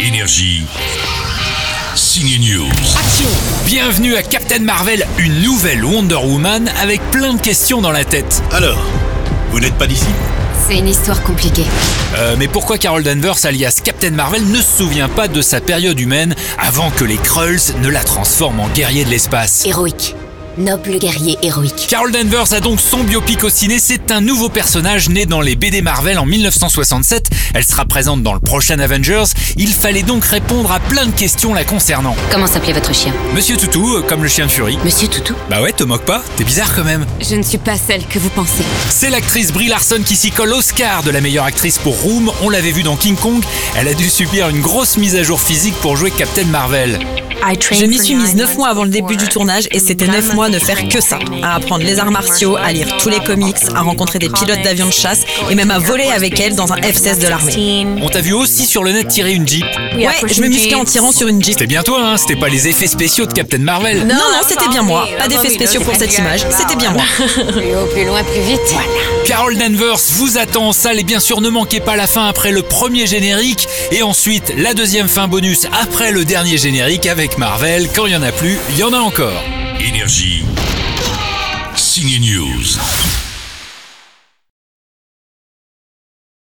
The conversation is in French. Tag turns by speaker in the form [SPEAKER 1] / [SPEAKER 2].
[SPEAKER 1] Énergie. Signe News.
[SPEAKER 2] Action Bienvenue à Captain Marvel, une nouvelle Wonder Woman avec plein de questions dans la tête.
[SPEAKER 3] Alors, vous n'êtes pas d'ici
[SPEAKER 4] C'est une histoire compliquée.
[SPEAKER 2] Euh, mais pourquoi Carol Danvers, alias Captain Marvel, ne se souvient pas de sa période humaine avant que les Krulls ne la transforment en guerrier de l'espace
[SPEAKER 4] Héroïque. Noble guerrier héroïque.
[SPEAKER 2] Carol Danvers a donc son biopic au ciné, c'est un nouveau personnage né dans les BD Marvel en 1967, elle sera présente dans le prochain Avengers, il fallait donc répondre à plein de questions la concernant.
[SPEAKER 4] Comment s'appelait votre chien
[SPEAKER 2] Monsieur Toutou, euh, comme le chien de Fury.
[SPEAKER 4] Monsieur Toutou
[SPEAKER 2] Bah ouais, te moque pas, t'es bizarre quand même.
[SPEAKER 4] Je ne suis pas celle que vous pensez.
[SPEAKER 2] C'est l'actrice Brie Larson qui s'y colle Oscar de la meilleure actrice pour Room. On l'avait vu dans King Kong. Elle a dû subir une grosse mise à jour physique pour jouer Captain Marvel.
[SPEAKER 5] Je m'y suis mise 9 mois avant le début du tournage et c'était 9 mois de faire que ça. À apprendre les arts martiaux, à lire tous les comics, à rencontrer des pilotes d'avions de chasse et même à voler avec elle dans un F-16 de l'armée.
[SPEAKER 2] On t'a vu aussi sur le net tirer une Jeep.
[SPEAKER 5] Ouais, je me musquais en tirant sur une Jeep.
[SPEAKER 2] C'était bien toi, hein C'était pas les effets spéciaux de Captain Marvel.
[SPEAKER 5] Non, non, euh, c'était bien moi. Pas d'effets spéciaux pour cette image, c'était bien moi.
[SPEAKER 4] Plus haut, plus loin, plus vite.
[SPEAKER 2] Carol Danvers vous attend en salle et bien sûr ne manquez pas la fin après le premier générique et ensuite la deuxième fin bonus après le dernier générique avec Marvel. Quand il y en a plus, il y en a encore.
[SPEAKER 1] Énergie. Signe News.